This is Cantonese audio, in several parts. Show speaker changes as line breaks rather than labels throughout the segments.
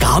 咁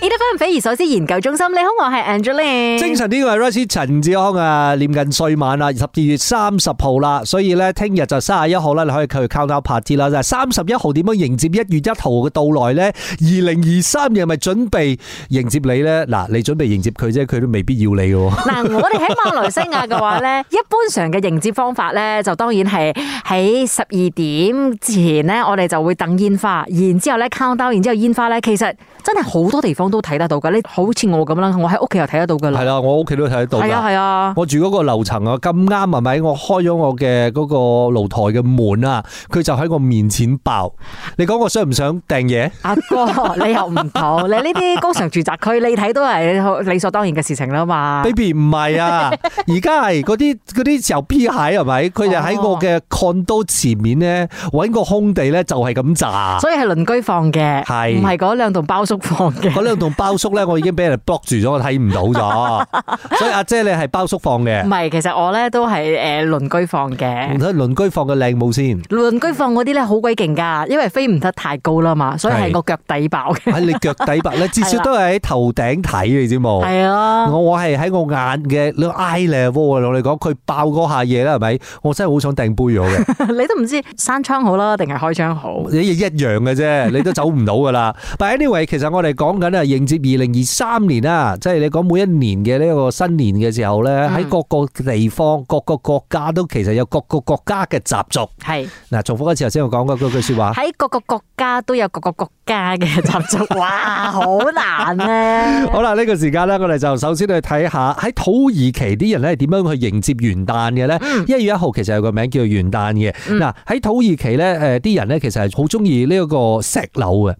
E F M 匪夷所思研究中心，你好，我係 Angeline。
精神呢個係 Rice 陳志康啊，念近歲晚啦，十二月三十號啦，所以咧聽日就三十一號啦，你可以去 countdown party 啦。就係三十一號點樣迎接一月一號嘅到來咧？二零二三年係咪準備迎接你咧？嗱，你準備迎接佢啫，佢都未必要你嘅喎。
嗱，我哋喺馬來西亞嘅話 咧，一般上嘅迎接方法咧，就當然係喺十二點前咧，我哋就會等煙花，然之後咧 count down，然之後煙花咧，其實真係好多地方都睇得到㗎。你好似我咁啦，我喺屋企又睇得到㗎
係
啦。
啦，我屋企都睇得到㗎
係啊係啊，
我住嗰個樓層啊，咁啱係咪？我開咗我嘅嗰個露台嘅門啊，佢就喺我面前爆。你講我想唔想訂嘢？
阿哥你 又唔同，你呢啲高尚住宅區，你睇都係理所當然嘅事情啦嘛。
baby 唔 係啊，而家係嗰啲嗰啲就 P 蟹係咪？佢就喺
哦
我嘅 condo 前面咧，揾個空地咧就係咁炸。
所以係鄰居放嘅，
係
唔係嗰兩棟包宿放 嘅？
嗰兩棟包叔咧，我已經俾人 block 住咗，我睇唔到 咗。所以阿姐你係包叔放嘅
唔，係，其實我咧都係誒鄰居放
唔
嘅。
睇鄰居放嘅靚舞先。
鄰居放嗰啲咧好鬼勁㗎，因為飛唔得太高啦嘛，所以係
係
我腳底爆嘅。
喺你腳底 白咧，至少都係喺頭頂睇你知冇？
係啊，
哦我我係喺我眼嘅你 eye level 啊！我哋講佢爆嗰下嘢啦，係咪？我真係好想掟杯咗嘅。
你都唔知閂窗好啦，定係開窗好？
你亦一樣嘅啫，你都走唔到噶啦。但 anyway，其實我哋講緊啊，迎接二零二三年啦，即係你講每一年嘅呢個新年嘅時候咧，喺各個地方、各個國家都其實有各個國家嘅習俗。
係
嗱，重複一次頭先我講嗰句説話。
喺各個國家都有各個國家 嘅習俗，哇，好難啊咧！
好啦，呢、個時間咧，我哋就首先去睇下喺土耳其啲人咧係點樣去迎接元旦嘅咧。一、月一號其實有個名叫元旦嘅。嗱、喺土耳其咧，誒啲人咧其實係好中意呢一個石榴嘅。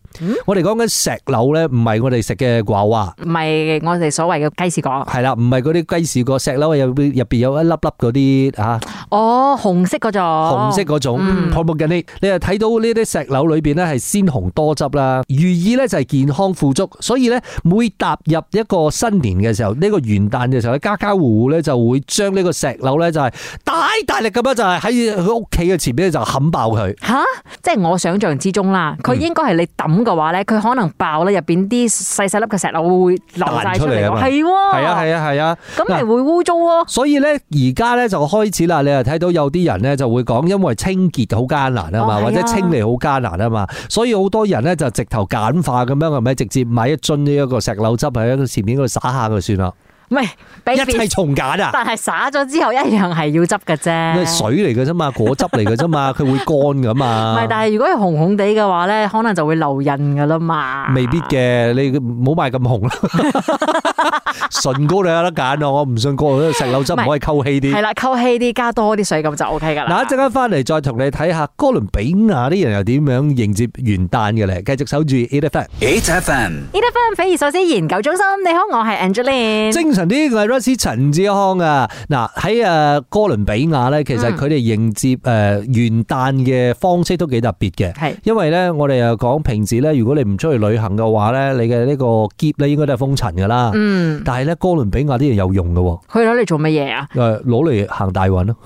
我哋講緊石榴咧，唔係我哋食嘅瓜娃。
唔係我哋所謂嘅雞屎果，
系啦，唔係嗰啲雞屎個石榴入邊入邊有一粒粒嗰啲啊
哦，紅色嗰種，
紅色嗰種 p r o m o g a n i 你又睇到呢啲石榴裏邊咧係鮮紅多汁啦，寓意咧就係健康富足，所以咧每踏入一個新年嘅時候，呢、個元旦嘅時候咧，家家戶戶咧就會將呢個石榴咧就係大大力咁樣就係喺佢屋企嘅前邊咧就冚爆佢。
吓，即係我想象之中啦，
嗯
佢應該係你抌嘅話咧，佢可能爆咧，入邊啲細細粒嘅石榴會流晒出嚟
彈出嚟啊
喎，
嘛
係喎，
係啊係啊係啊！
咁咪會污糟喎。
所以咧，而家咧就開始啦，你又睇到有啲人咧就會講，因為清潔好艱難啊
哦
嘛，
係啊
或者清理好艱難啊嘛，所以好多人咧就直頭簡化咁樣，係咪直接買一樽呢一個石榴汁喺個前面嗰度灑下佢算啦，
唔係，俾
一切
別
從簡啊！
但係灑咗之後一樣係要執嘅
因為
啫。
水嚟嘅啫嘛，果汁嚟嘅 啫嘛，佢會乾噶
唔
嘛
係，。啊但係如果係紅紅地嘅話咧，可能就會留印噶啦嘛。
未必嘅，你唔好賣咁紅啦。 唇膏你有得揀啊，我唔信個石榴汁唔可以溝稀啲。
係啦，溝稀啲，加多啲水咁就 O K 噶啦。
嗱，一陣間翻嚟再同你睇下哥倫比亞啲人又點樣迎接元旦嘅咧，繼續守住 e i f
H F M
e d f m 匪夷所思研究中心，你好，我係 Angeline。
精神啲嘅 Rusty 陳志康啊，嗱喺誒哥倫比亞咧，其實佢哋迎接誒元旦嘅方式都幾特別嘅。
係
因為咧，我哋又講平時咧，如果你唔出去旅行嘅話咧，你嘅呢個篋咧應該都係封塵㗎啦。
嗯，
但係咧，哥倫比亞啲人有用嘅喎，
佢攞嚟做乜嘢啊？
誒攞嚟行大運咯。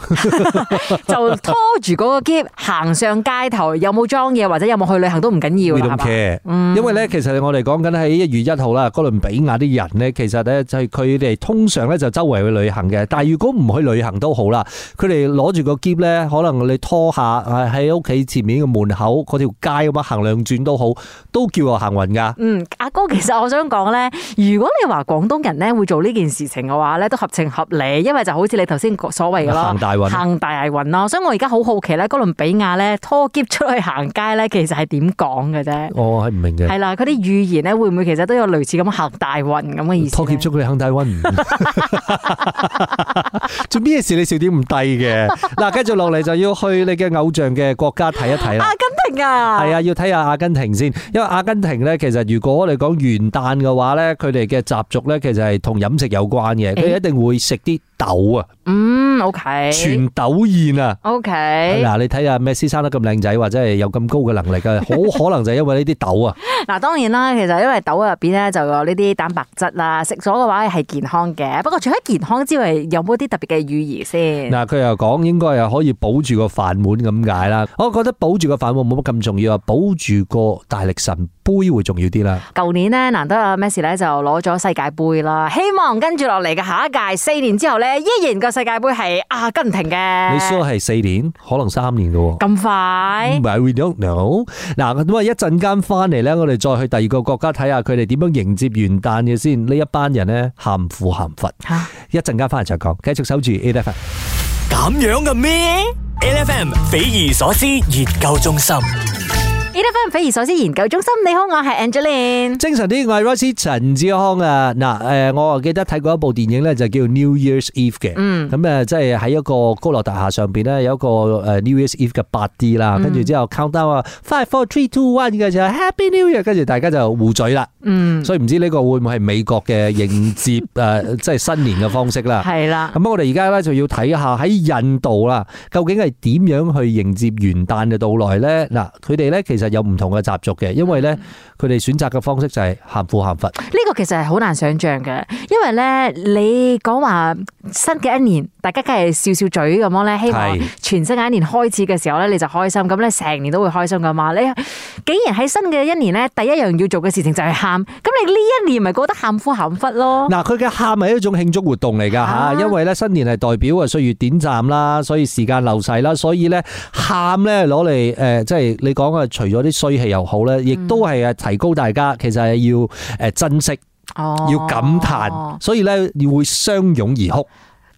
就拖住嗰個箧行上街頭，有冇裝嘢或者有冇去旅行都唔緊要
We
啦，係
don't
嘛？
care，
嗯
因為咧，其實我哋講緊喺一月一號啦，哥倫比亞啲人咧，其實咧就係佢哋通常咧就周圍去旅行嘅，但係如果唔去旅行都好啦，佢哋攞住個篋咧，可能你拖下啊喺屋企前面嘅門口嗰條街咁樣行兩轉都好，都叫我行運㗎。
嗯，阿哥，其實我想講咧，如果你話廣東人咧會做呢件事情嘅話咧，都合情合理，因為就好似你頭先所謂嘅咯，
行大運
行大運咯。所以我而家好好奇咧，哥倫比亞咧拖篋出去行街咧，其實係點講嘅 啫？
我哦係唔明嘅，
係啊啦，佢啲語言咧會唔會其實都有類似咁行大運咁嘅意思
拖
呢
篋出佢行 大運，做咩事你笑點唔低嘅？嗱，繼續落嚟就要去你嘅偶像嘅國家睇一睇啦
阿。根廷啊，
係啊，要睇下阿根廷先，因為阿根廷咧，其實如果我哋講元旦嘅話咧，佢哋嘅習俗咧，其實係同飲食有關嘅，佢哋一定會食啲豆啊，
嗯，OK，
全斗宴啊！
OK，
嗱，你睇下咩先生得咁靚仔，或者係有咁高嘅能力啊，好可能就係因為呢啲豆啊，
嗱當然啦，其實因為豆入邊咧就有呢啲蛋白質啦，食咗嘅話係健康嘅。不過除咗健康之外，有冇啲特別嘅寓意先？
嗱，佢又講應該係可以保住個飯碗咁解啦。我覺得保住個飯碗冇乜咁重要啊，保住個大力神杯會重要啲啦。
舊年咧，難得阿 Messi 咧就攞咗世界盃啦，希望跟住落嚟嘅下一屆四年之後咧，依然個世界盃係啊阿根廷嘅。
你 sure 係四年，可能三年嘅喎。
咁快
唔？係 we don't know。嗱，咁啊一陣間翻嚟咧，我哋再去第二個國家睇下佢哋點樣迎接元旦嘅先。呢一班人咧，含苦含佛。
嚇
一陣間翻嚟再講，繼續守住 A F M。
咁樣嘅咩？L F M 匪夷所思研究中心。
e d 匪夷所思研究中心，你好，我係 Angeline。
精神啲，我係 Royce 陳志康啊！嗱，誒，我啊記得睇過一部電影咧，就叫 New Year's Eve 嘅。
嗯
咁誒，即係喺一個高樓大廈上邊咧，有一個誒 New Year's Eve 嘅八
嗯
D 啦，跟住之後 countdown 啊，five four three two one 嘅就 Happy New Year，跟住大家就互嘴啦。
嗯，
所以唔知呢個會唔會係美國嘅 迎接誒，即係新年嘅方式啦。
係啦。
咁我哋而家咧就要睇下喺印度啦，究竟係點樣去迎接元旦嘅到來咧？嗱，佢哋咧其實有唔同嘅習俗嘅，因為咧佢哋選擇嘅方式就係含苦含佛。
呢個其實係好難想像嘅，因為咧你講話新嘅一年，大家梗係笑笑嘴咁樣咧，希望
係
全新嘅一年開始嘅時候咧，你就開心，咁咧成年都會開心噶嘛。你竟然喺新嘅一年咧，第一樣要做嘅事情就係喊，咁你呢一年咪過得喊苦喊忽咯。
嗱，佢嘅喊係一種慶祝活動嚟㗎
啊
嚇，因為咧新年係代表啊歲月短暫啦，所以時間流逝啦，所以咧喊咧攞嚟誒，即係你講啊，除咗啲衰氣又好咧，亦都係啊提高大家其實係要誒珍惜，
哦
要感嘆，所以咧要會相擁而哭。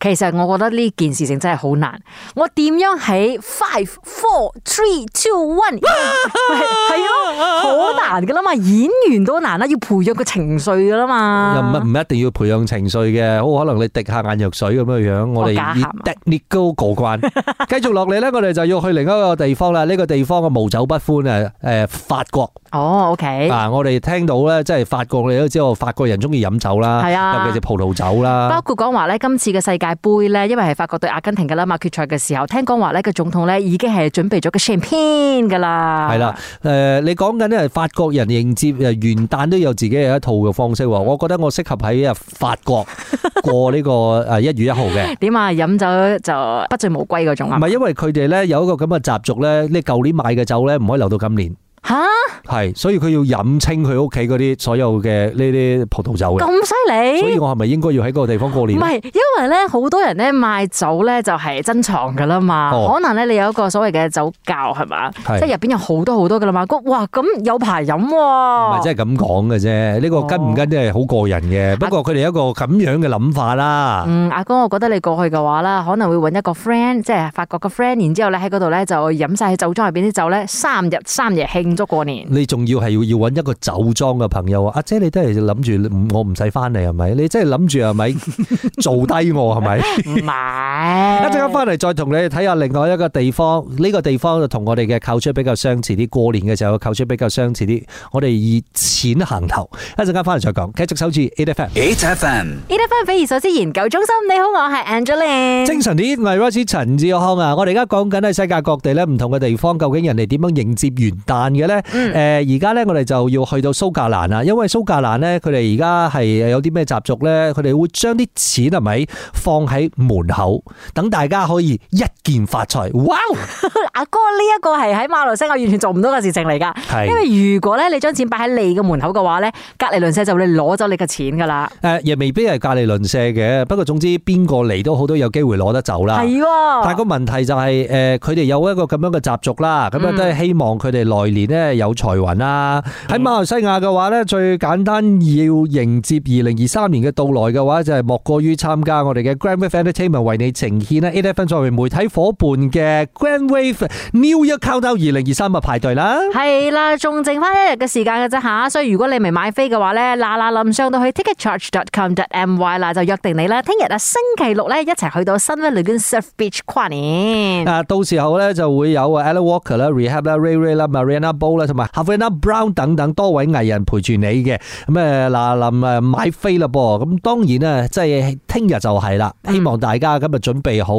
其實我覺得呢件事情真係好難。我點樣喺 five four three two one 啊係咯，好難噶啦嘛，演員都難啦，要培養個情緒噶啦
又唔
嘛。
唔一定要培養情緒嘅，好可能你滴下眼藥水咁樣樣，我哋
假
以
喊啊
technical 過關。繼續落嚟呢，我哋就要去另一個地方啦。呢、個地方嘅無酒不歡啊，誒法國
哦，OK，
啊，我哋聽到咧，即係法國，你都知道法國人中意飲酒啦，
係啊
尤其是葡萄酒啦
包。括講話咧，今次嘅世界盃咧，因為係法國對阿根廷噶啦嘛，決賽嘅時候，聽講話咧個總統咧已經係準備咗個 champagne 噶啦。
係啦，誒、你講緊咧，法國人迎接誒元旦都有自己嘅一套嘅方式喎。我覺得我適合喺啊法國過呢個誒一月一號嘅。
點啊？飲酒就不醉無歸嗰種
唔
啊？
係因為佢哋咧有一個咁嘅習俗咧，你舊年買嘅酒咧唔可以留到今年。
吓，
係，所以佢要飲清佢屋企嗰啲所有嘅呢啲葡萄酒嘅。
咁犀利？
所以我係咪應該要喺嗰個地方過年
唔
呢？
係，因為咧好多人咧賣酒咧就係珍藏噶啦嘛，
哦
可能咧你有一個所謂嘅酒窖係嘛，即係
係
入邊有好多好多噶啦嘛，咁哇咁有排飲
唔
喎，
係真係咁講嘅啫，
哦
呢個跟唔跟真係好過人嘅。不過佢哋有一個咁樣嘅諗法啦。
啊嗯，阿哥，我覺得你過去嘅話啦，可能會揾一個 friend，即係法國嘅 friend，然之後咧喺嗰度咧就飲晒喺酒莊入邊啲酒咧，三日三夜慶祝過 年。
你仲要係要要揾一個酒莊嘅朋友啊！阿姐，你都係諗住唔嗯我唔使翻嚟係咪？你真係諗住係 咪做低我係咪？
唔係，
一陣間翻嚟再同你睇下另外一個地方，呢、個地方就同我哋嘅構出比較相似啲，過年嘅時候構出比較相似啲，我哋以錢行頭。一陣間翻嚟再講，繼續守住 A F
嗯
M。
8 FM.
呢啲翻匪夷所思研究中心，你好，我係 Angeline。
精神啲，我係 Royce 陳志康啊！我哋而家講緊喺世界各地咧唔同嘅地方，究竟人哋點樣迎接元旦嘅咧？誒、而家咧我哋就要去到蘇格蘭啦，因為蘇格蘭咧佢哋而家係有啲咩習俗咧？佢哋會將啲錢係咪放喺門口，等大家可以一見發財？哇！哦
阿哥呢一個係喺馬來西亞完全做唔到嘅事情嚟㗎。
係
因為如果咧你將錢擺喺你嘅門口嘅話咧，隔離鄰舍就會攞走你嘅錢㗎啦。
誒，亦呃未必係隔離鄰舍嘅，不過總之邊個嚟都好，都有機會攞得走啦。
係啊
但係個
喎，
問題就係、誒，佢哋有一個咁樣嘅習俗啦，咁樣都係希望佢哋來年咧有財運啦。喺馬來西亞嘅話咧，最簡單要迎接二零二三年嘅到來嘅話，就係莫過於參加我哋嘅 Grand Wave Entertainment 為你呈現咧 A F N 作為媒體伙伴嘅 Grand Wave New Year Countdown 二零二三嘅排隊啦。
係啦，仲剩翻一日嘅時間嘅啫吓，所以如果你未買飛嘅話咧，嗱嗱臨上到去 ticketcharge.com.my 啦，就約定你啦。聽日啊，星期六咧一齊去到新威裏根 Surf Beach 跨年。
啊，到時候咧就會有啊 Alan Walker 啦、Rehab 啦、Ray Ray 啦、Mariana Bo 啦，同埋 Havana Brown 等等多位藝人陪住你嘅。咁誒嗱臨誒買飛啦噃，咁當然啊，即係聽日就係啦。希望大家今日準備好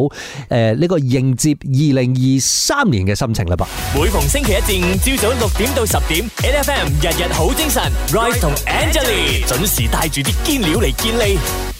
誒呢個迎接二零二三年嘅心情啦噃。
每逢星期一至五朝早六點到十點，N F M 日日好精神，Rise 同 Angelie 準時帶住啲堅料嚟健利。